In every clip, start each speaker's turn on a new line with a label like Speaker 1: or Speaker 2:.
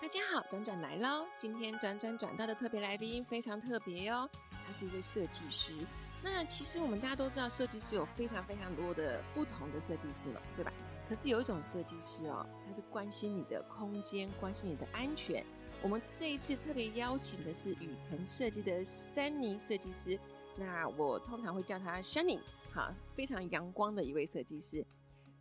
Speaker 1: 大家好，转转来喽！今天转转转到的特别来宾非常特别哦，他是一位设计师。那其实我们大家都知道，设计师有非常非常多的不同的设计师嘛，对吧？可是有一种设计师哦，他是关心你的空间，关心你的安全。我们这一次特别邀请的是雨腾设计的珊妮设计师，那我通常会叫他 Sunny，好，非常阳光的一位设计师。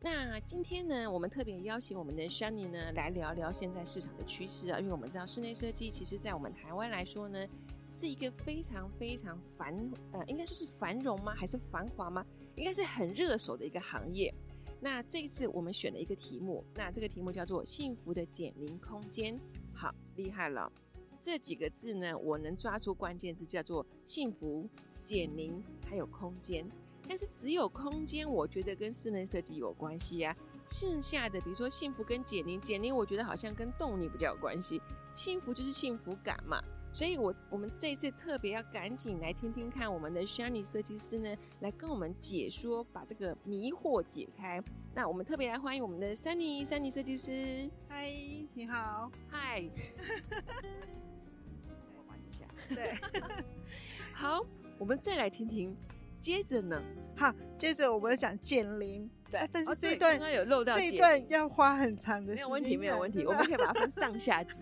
Speaker 1: 那今天呢，我们特别邀请我们的 Shani 呢来聊聊现在市场的趋势啊，因为我们知道室内设计其实在我们台湾来说呢，是一个非常非常繁呃，应该说是繁荣吗？还是繁华吗？应该是很热手的一个行业。那这一次我们选了一个题目，那这个题目叫做“幸福的减龄空间”，好厉害了！这几个字呢，我能抓住关键字叫做幸福、减龄，还有空间。但是只有空间，我觉得跟室内设计有关系啊。剩下的，比如说幸福跟减龄，减龄我觉得好像跟动力比较有关系。幸福就是幸福感嘛，所以我我们这一次特别要赶紧来听听看我们的 Shani 设计师呢，来跟我们解说，把这个迷惑解开。那我们特别来欢迎我们的 Sunny Sunny 设计师，
Speaker 2: 嗨，你好。
Speaker 1: 嗨， 我把它记下来。
Speaker 2: 对，
Speaker 1: 好，我们再来听听，接着呢，
Speaker 2: 好，接着我们讲减 龄，啊但是
Speaker 1: 哦
Speaker 2: 这一
Speaker 1: 对
Speaker 2: 段
Speaker 1: 刚刚有漏到
Speaker 2: 这一
Speaker 1: 减龄
Speaker 2: 段要花很长的时间，
Speaker 1: 没有问题，没有问题，我们可以把它分上下集。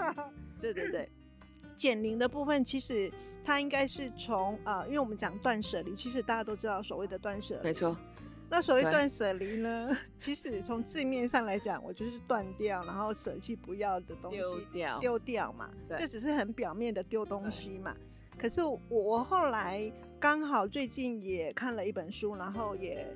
Speaker 1: 对对对，
Speaker 2: 减龄的部分，其实它应该是从呃，因为我们讲断舍离，其实大家都知道所谓的断舍离，
Speaker 1: 没错。
Speaker 2: 那所谓
Speaker 1: 对
Speaker 2: 断舍离呢， 其实从字面上来讲，我就是断掉，然后舍弃不要的东西，
Speaker 1: 丢掉
Speaker 2: 丢掉嘛。
Speaker 1: 对
Speaker 2: 这只是很表面的丢东西嘛。可是我我后来刚好最近也看了一本书，然后也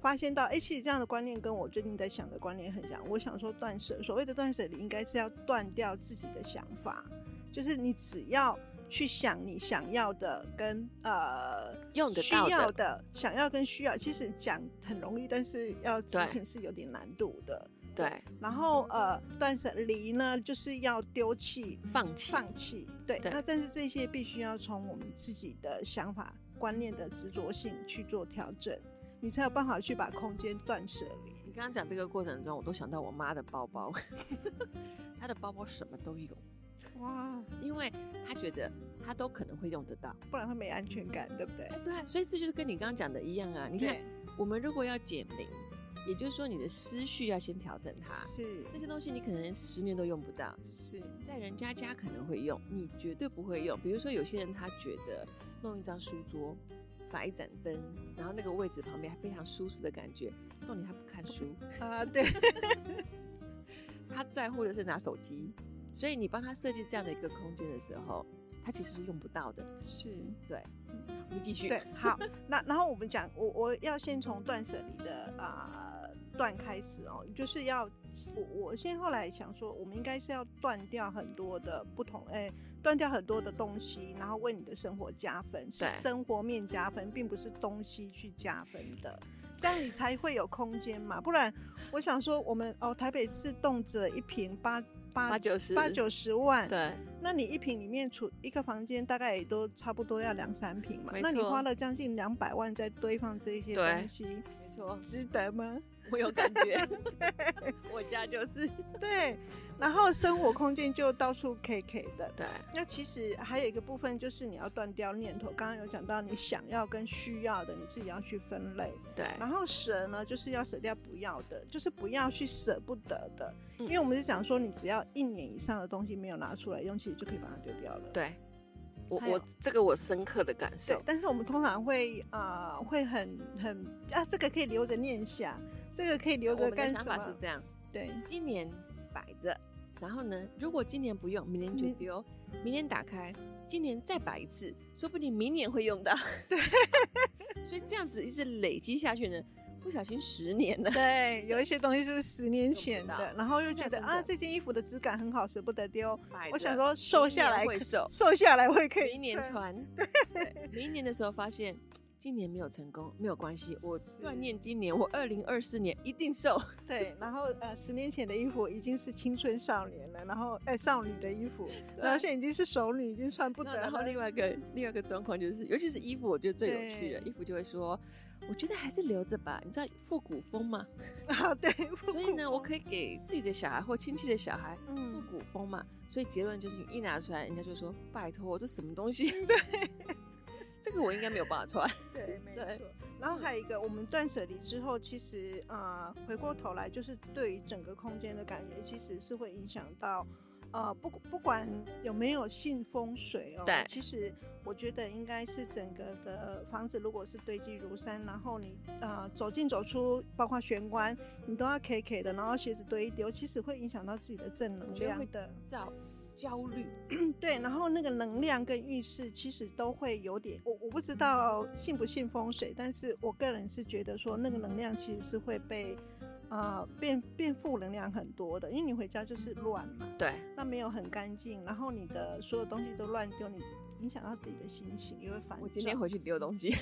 Speaker 2: 发现到，哎、其实这样的观念跟我最近在想的观念很像。我想说断舍，所谓的断舍离，应该是要断掉自己的想法，就是你只要去想你想要的跟呃
Speaker 1: 用得
Speaker 2: 需
Speaker 1: 到
Speaker 2: 要
Speaker 1: 的，
Speaker 2: 的、想要跟需要，其实讲很容易，但是要执
Speaker 1: 对
Speaker 2: 行是有点难度的。
Speaker 1: 对，
Speaker 2: 然后呃，断舍离呢，就是要丢弃、
Speaker 1: 放弃，
Speaker 2: 放弃，对。
Speaker 1: 对
Speaker 2: 那但是这些必须要从我们自己的想法、观念的执着性去做调整，你才有办法去把空间断舍离。
Speaker 1: 你刚刚讲这个过程中，我都想到我妈的包包， 她的包包什么都有，
Speaker 2: 哇，
Speaker 1: 因为她觉得她都可能会用得到。
Speaker 2: 不然会没安全感，对不对？
Speaker 1: 哎，对啊，所以这就是跟你刚刚讲的一样啊。你看
Speaker 2: 对，，
Speaker 1: 我们如果要减龄，也就是说你的思绪要先调整它。
Speaker 2: 是
Speaker 1: 这些东西你可能十年都用不到，
Speaker 2: 是
Speaker 1: 在人家家可能会用，你绝对不会用。比如说，有些人他觉得弄一张书桌，摆一盏灯，然后那个位置旁边还非常舒适的感觉。重点他不看书，
Speaker 2: 啊、对，
Speaker 1: 他在乎的是拿手机。所以你帮他设计这样的一个空间的时候，他其实是用不到的。
Speaker 2: 是。
Speaker 1: 对，你继续。
Speaker 2: 对，好，那然后我们讲，我我要先从断舍离的啊、断开始哦，就是要我我先后来想说，我们应该是要断掉很多的不同，哎、断掉很多的东西，然后为你的生活加分，是
Speaker 1: 对
Speaker 2: 生活面加分，并不是东西去加分的。这样你才会有空间嘛，不然我想说，我们哦，台北市动辄一平八八
Speaker 1: 八九十，
Speaker 2: 八九十万，
Speaker 1: 对，
Speaker 2: 那你一平里面储一个房间，大概也都差不多要两三平嘛
Speaker 1: 没。错
Speaker 2: 那你花了将近两百万在堆放这一些
Speaker 1: 对
Speaker 2: 东西，
Speaker 1: 没错，
Speaker 2: 值得吗？
Speaker 1: 我有感 觉。我家就是
Speaker 2: 对，然后生活空间就到处 K K 的。
Speaker 1: 对
Speaker 2: 那其实还有一个部分就是你要断掉念头，刚刚有讲到你想要跟需要的，你自己要去分类。
Speaker 1: 对
Speaker 2: 然后舍呢，就是要舍掉不要的，就是不要去舍不得的，
Speaker 1: 嗯
Speaker 2: 因为我们是讲说，你只要一年以上的东西没有拿出来用，其实就可以把它丢掉了。
Speaker 1: 对，我
Speaker 2: 还有
Speaker 1: 我这个我深刻的感
Speaker 2: 对
Speaker 1: 受，。
Speaker 2: 但是我们通常会啊、呃会很很啊，这个可以留着念想，这个可以留
Speaker 1: 我
Speaker 2: 着
Speaker 1: 们的
Speaker 2: 干
Speaker 1: 想
Speaker 2: 什
Speaker 1: 法是
Speaker 2: 么？
Speaker 1: 这样。
Speaker 2: 对，
Speaker 1: 今年摆着，然后呢，如果今年不用，明年就
Speaker 2: 明
Speaker 1: 丢，明年打开，今年再摆一次，说不定明年会用到。对， 所以这样子一直累积下去呢，不小心十年 了。
Speaker 2: 对，有一些东西是十年前
Speaker 1: 用不
Speaker 2: 的
Speaker 1: 到，
Speaker 2: 然后又觉
Speaker 1: 真
Speaker 2: 得
Speaker 1: 的
Speaker 2: 啊，这件衣服的质感很好，舍不得丢。
Speaker 1: 摆着
Speaker 2: 我想，说，瘦下来
Speaker 1: 明年会
Speaker 2: 可
Speaker 1: 瘦
Speaker 2: 瘦下来会可以
Speaker 1: 明年穿，对明年的时候发现今年没有成功没有关系，我
Speaker 2: 是
Speaker 1: 锻炼今年，我二零二四年一定瘦。
Speaker 2: 对，然后呃，十年前的衣服已经是青春少年了，然后哎、少女的衣服，然后现在已经是熟女，已经穿不
Speaker 1: 那
Speaker 2: 得了。
Speaker 1: 然后另外一个另外一个状况就是，尤其是衣服，我觉得最有趣的，衣服就会说，我觉得还是留着吧，你知道复古风嘛，
Speaker 2: 啊，对，
Speaker 1: 所以 呢，我可
Speaker 2: 以，
Speaker 1: 以给自己的小孩或亲戚的小孩复
Speaker 2: 嗯，
Speaker 1: 古风嘛，所以结论就是你一拿出来，人家就说拜托，这什么东西？
Speaker 2: 对，
Speaker 1: 这个我应该没有办法穿。
Speaker 2: 对，没
Speaker 1: 对
Speaker 2: 错。然后还有一个，我们断舍离之后，其实呃，回过头来就是对于整个空间的感觉，其实是会影响到。呃，不不管有没有信风水哦，
Speaker 1: 对
Speaker 2: 其实我觉得应该是整个的房子，如果是堆积如山，然后你呃走进走出，包括玄关，你都要 K K 的，然后鞋子堆一丢，其实会影响到自己的正能
Speaker 1: 觉得
Speaker 2: 量
Speaker 1: 会
Speaker 2: 的。
Speaker 1: 造焦虑，
Speaker 2: 对，然后那个能量跟运势其实都会有点，我我不知道信不信风水，但是我个人是觉得说那个能量其实是会被，呃，变变负能量很多的，因为你回家就是乱嘛，
Speaker 1: 对，
Speaker 2: 那没有很干净，然后你的所有东西都乱丢，你影响到自己的心情，也会烦躁。
Speaker 1: 我今天回去丢东西，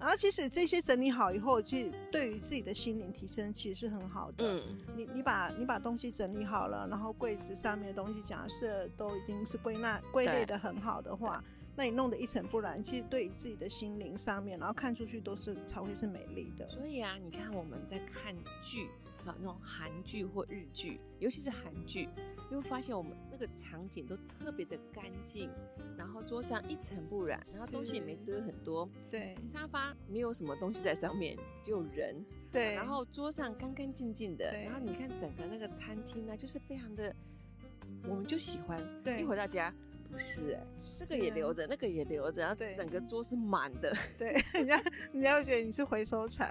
Speaker 2: 然后其实这些整理好以后，其实对于自己的心灵提升其实是很好的。
Speaker 1: 嗯，
Speaker 2: 你你把你把东西整理好了，然后柜子上面的东西假设都已经是归纳归类的很好的话，那你弄得一尘不染，其实对于自己的心灵上面，然后看出去都是才会是美丽的。
Speaker 1: 所以啊，你看我们在看剧，好那种韩剧或日剧，尤其是韩剧，你会发现我们那个场景都特别的干净，然后桌上一尘不染，然后东西也没
Speaker 2: 是
Speaker 1: 堆很多，
Speaker 2: 对
Speaker 1: 沙发没有什么东西在上面，只有人，
Speaker 2: 对，
Speaker 1: 然后桌上干干净净的，
Speaker 2: 对
Speaker 1: 然后你看整个那个餐厅呢，就是非常的，我们就喜欢，
Speaker 2: 对
Speaker 1: 一回到家。不是哎、这个也留
Speaker 2: 着，
Speaker 1: 着，那个也留着，然后
Speaker 2: 对
Speaker 1: 整个桌是满 的，
Speaker 2: 对，人家人家会觉得你是回 收厂，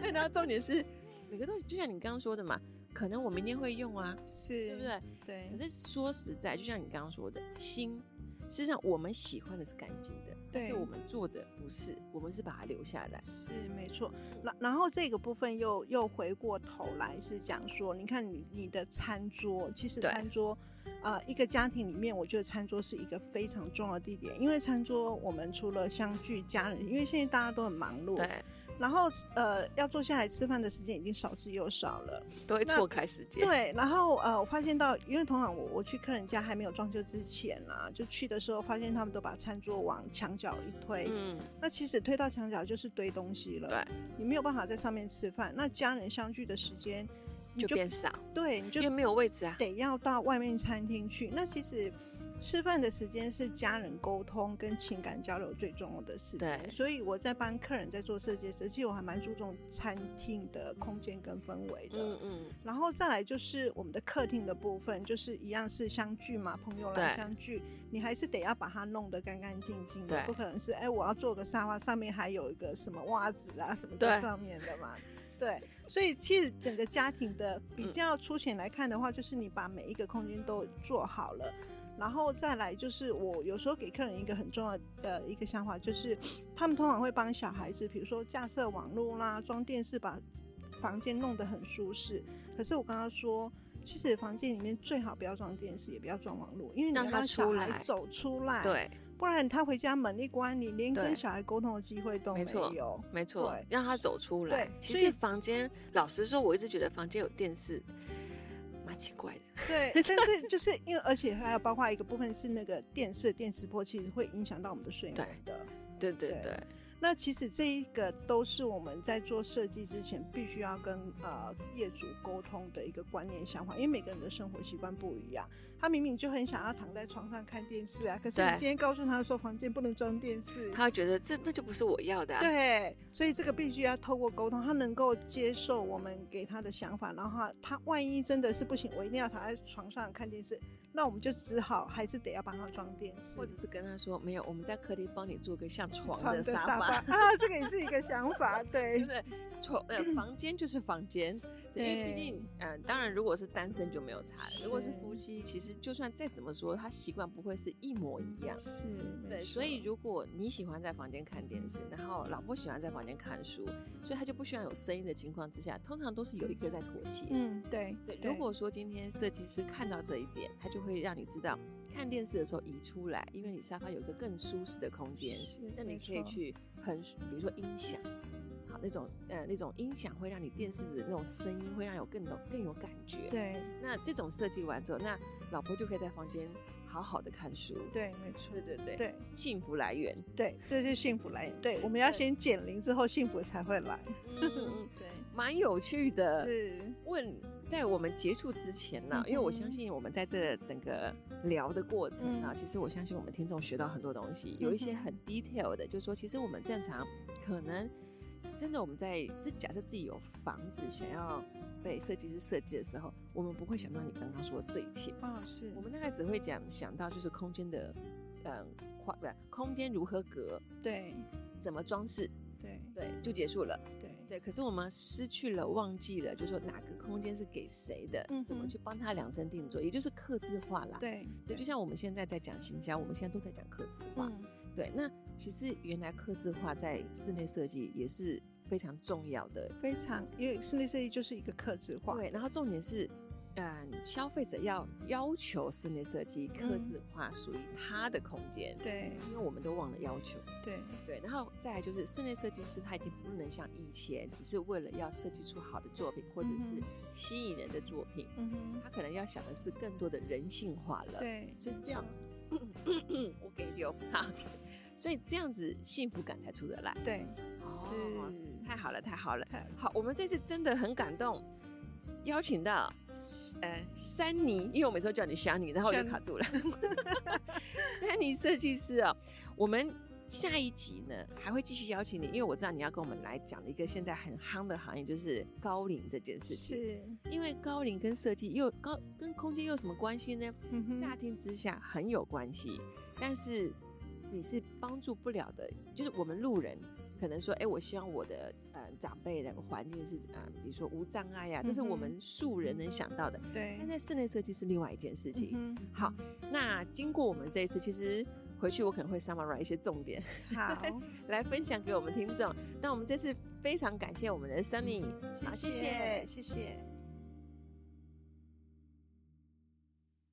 Speaker 1: 对，然后重点是每个东西，就像你刚刚说的嘛，可能我明天会用啊，
Speaker 2: 是，
Speaker 1: 对不？对？
Speaker 2: 对，
Speaker 1: 可是说实在，就像你刚刚说的，心，事实上我们喜欢的是干净的，但是
Speaker 2: 对
Speaker 1: 我们做的不是，我们是把它留下来。
Speaker 2: 是没错，然然后这个部分又又回过头来是讲说，你看你你的餐桌，其实
Speaker 1: 对
Speaker 2: 餐桌，呃，一个家庭里面，我觉得餐桌是一个非常重要的地点，因为餐桌我们除了相聚家人，因为现在大家都很忙碌，，
Speaker 1: 对，
Speaker 2: 然后呃要坐下来吃饭的时间已经少之又少了，
Speaker 1: 都会
Speaker 2: 那
Speaker 1: 错开时间。
Speaker 2: 对，然后呃，我发现到，因为通常我我去客人家还没有装修之前啊，就去的时候发现他们都把餐桌往墙角一推，
Speaker 1: 嗯，
Speaker 2: 那其实推到墙角就是堆东西了，
Speaker 1: 对，
Speaker 2: 你没有办法在上面吃饭，那家人相聚的时间你
Speaker 1: 就变少，
Speaker 2: 对，你就
Speaker 1: 因为没有位置啊。
Speaker 2: 得要到外面餐厅去。那其实吃饭的时间是家人沟通跟情感交流最重要的事
Speaker 1: 对
Speaker 2: 情，所以我在帮客人在做设计的时候，其实我还蛮注重餐厅的空间跟氛围的。
Speaker 1: 嗯嗯，
Speaker 2: 然后再来就是我们的客厅的部分，就是一样是相聚嘛，朋友来
Speaker 1: 对
Speaker 2: 相聚，你还是得要把它弄得干干净净的
Speaker 1: 对，
Speaker 2: 不可能是哎我要做个沙发，上面还有一个什么袜子啊什么在
Speaker 1: 对
Speaker 2: 上面的嘛。对，所以其实整个家庭的比
Speaker 1: 嗯
Speaker 2: 较粗浅来看的话，就是你把每一个空间都做好了，然后再来就是我有时候给客人一个很重要的一个想法，就是他们通常会帮小孩子，比如说架设网络啦、装电视，把房间弄得很舒适。可是我跟他说，其实房间里面最好不要装电视，也不要装网络，因为你要
Speaker 1: 让他
Speaker 2: 让小
Speaker 1: 出
Speaker 2: 孩
Speaker 1: 来
Speaker 2: 走出来，，
Speaker 1: 对，
Speaker 2: 不然他回家门一关，你连
Speaker 1: 对
Speaker 2: 跟小孩沟通的机会都
Speaker 1: 没
Speaker 2: 没
Speaker 1: 错
Speaker 2: 有。
Speaker 1: 没错
Speaker 2: 对，
Speaker 1: 让他走出来
Speaker 2: 对。
Speaker 1: 其
Speaker 2: 所以
Speaker 1: 实房间，老实说，我一直觉得房间有电视蛮奇怪的。
Speaker 2: 对，但是就是因为，而且还有包括一个部分是那个电视电磁波，其实会影响到我们的睡眠的。
Speaker 1: 对对
Speaker 2: 对
Speaker 1: 对，
Speaker 2: 那其实这一个都是我们在做设计之前必须要跟呃业主沟通的一个观念想法，因为每个人的生活习惯不一样。他明明就很想要躺在床上看电视啊，可是你
Speaker 1: 对
Speaker 2: 今天告诉他说房间不能装电视，
Speaker 1: 他会觉得这那就不是我要的、啊。
Speaker 2: 对，所以这个必须要透过沟通，他能够接受我们给他的想法，然后他他万一真的是不行，我一定要躺在床上看电视，那我们就只好还是得要帮他装电视
Speaker 1: 或者是跟他说没有，我们在客厅帮你做个像床
Speaker 2: 床
Speaker 1: 的
Speaker 2: 的
Speaker 1: 沙
Speaker 2: 沙发啊，这个也是一个想法，
Speaker 1: 对
Speaker 2: 对
Speaker 1: 不对？床呃，房间就是房间，对，因为毕
Speaker 2: 对
Speaker 1: 竟，嗯、当然，如果是单身就没有差了。如果是夫妻，其实就算再怎么说，他习惯不会是一模一样。
Speaker 2: 嗯是，没
Speaker 1: 对，所以
Speaker 2: 错
Speaker 1: 如果你喜欢在房间看电视，然后老婆喜欢在房间看书，所以他就不需要有声音的情况之下，通常都是有一个在妥协。
Speaker 2: 嗯，对
Speaker 1: 对，如果说今天设计师看到这一点，他就会让你知道，看电视的时候移出来，因为你沙发有一个更舒适的空间
Speaker 2: 是，
Speaker 1: 那
Speaker 2: 没
Speaker 1: 你可以
Speaker 2: 错
Speaker 1: 去很，比如说音响，好那种呃那种音响会让你电视的那种声音会让你有更有更有感觉。，
Speaker 2: 对
Speaker 1: 那这种设计完之后，那老婆就可以在房间好好的看书。
Speaker 2: 对，没错
Speaker 1: 对，对对，
Speaker 2: 对
Speaker 1: 幸福来源。
Speaker 2: 对，这是幸福来源。对，我们要
Speaker 1: 对
Speaker 2: 先减龄之后，幸福才会来。
Speaker 1: 嗯，
Speaker 2: 对，
Speaker 1: 蛮有趣的。
Speaker 2: 是，
Speaker 1: 问，在我们结束之前呢、因为我相
Speaker 2: 嗯哼
Speaker 1: 信我们在这整个聊的过程啊，
Speaker 2: 嗯
Speaker 1: 其实我相信我们听众学到很多东西，有一些
Speaker 2: 嗯哼
Speaker 1: 很 detail 的，就是说其实我们正常可能真的我们在自己假设自己有房子想要被设计师设计的时候，我们不会想到你刚刚说的这一切，
Speaker 2: 哦，是
Speaker 1: 我们大概只会讲想到就是空间的，嗯，宽不是空间如何隔，
Speaker 2: 对
Speaker 1: 怎么装饰，
Speaker 2: 对
Speaker 1: 对，就结束了。
Speaker 2: 对
Speaker 1: 对，可是我们失去了，忘记了，就是说哪个空间是给谁的，
Speaker 2: 嗯哼
Speaker 1: 怎么去帮他量身定做，也就是刻字化啦。
Speaker 2: 对
Speaker 1: 就像我们现在在讲行销，我们现在都在讲刻字化。
Speaker 2: 嗯，
Speaker 1: 对，那其实原来刻字化在室内设计也是非常重要的。
Speaker 2: 非常，因为室内设计就是一个克制化。
Speaker 1: 对，然后重点是，嗯，消费者要要求室内设计刻
Speaker 2: 嗯
Speaker 1: 字化属于他的空间。
Speaker 2: 对
Speaker 1: 因为我们都忘了要求。
Speaker 2: 对
Speaker 1: 对，然后再来就是室内设计师，他已经不能像以前只是为了要设计出好的作品，或者是
Speaker 2: 嗯
Speaker 1: 吸引人的作品，
Speaker 2: 嗯哼，
Speaker 1: 他可能要想的是更多的人性化了。，
Speaker 2: 对，
Speaker 1: 所以这样，我给留哈， 所以这样子幸福感才出得来。
Speaker 2: 对
Speaker 1: 哦
Speaker 2: 是
Speaker 1: 太好了，太好了，
Speaker 2: 太
Speaker 1: 好，我们这次真的很感动。邀请到，呃，珊妮，因为我每次都叫你珊妮，然后我就
Speaker 2: 珊
Speaker 1: 卡住了。 珊妮设计师哦，我们下一集呢还会继续邀请你，因为我知道你要跟我们来讲一个现在很夯的行业，就是高龄这件事情。
Speaker 2: 是，
Speaker 1: 因为高龄跟设计又高跟空间又有什么关系呢？
Speaker 2: 嗯
Speaker 1: 乍
Speaker 2: 哼，
Speaker 1: 听之下很有关系，但是你是帮助不了的。就是我们路人可能说，哎、我希望我的呃长辈的环境是啊、呃比如说无障碍呀、这是我
Speaker 2: 嗯哼
Speaker 1: 们素人能想到的。
Speaker 2: 对
Speaker 1: 但，在室内设计是另外一件事情。
Speaker 2: 嗯
Speaker 1: 好，那经过我们这一次，其实回去我可能会 summarize 一些重点
Speaker 2: 哼好，
Speaker 1: 来分享给我们听众。那我们这次非常感谢我们的 Sunny，好，谢谢
Speaker 2: 谢谢。